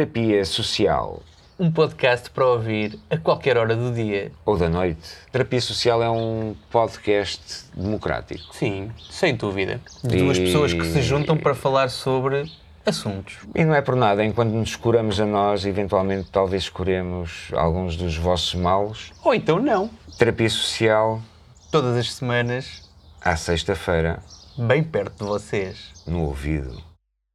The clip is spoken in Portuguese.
Terapia social Um podcast para ouvir a qualquer hora do dia. ou da noite. Terapia social é um podcast democrático. Sim, sem dúvida. De duas E- pessoas que se juntam para falar sobre assuntos. E não é por nada, enquanto nos curamos a nós, eventualmente talvez curemos alguns dos vossos maus. Ou então não. Terapia social Todas as semanas, à sexta-feira, bem perto de vocês. no ouvido.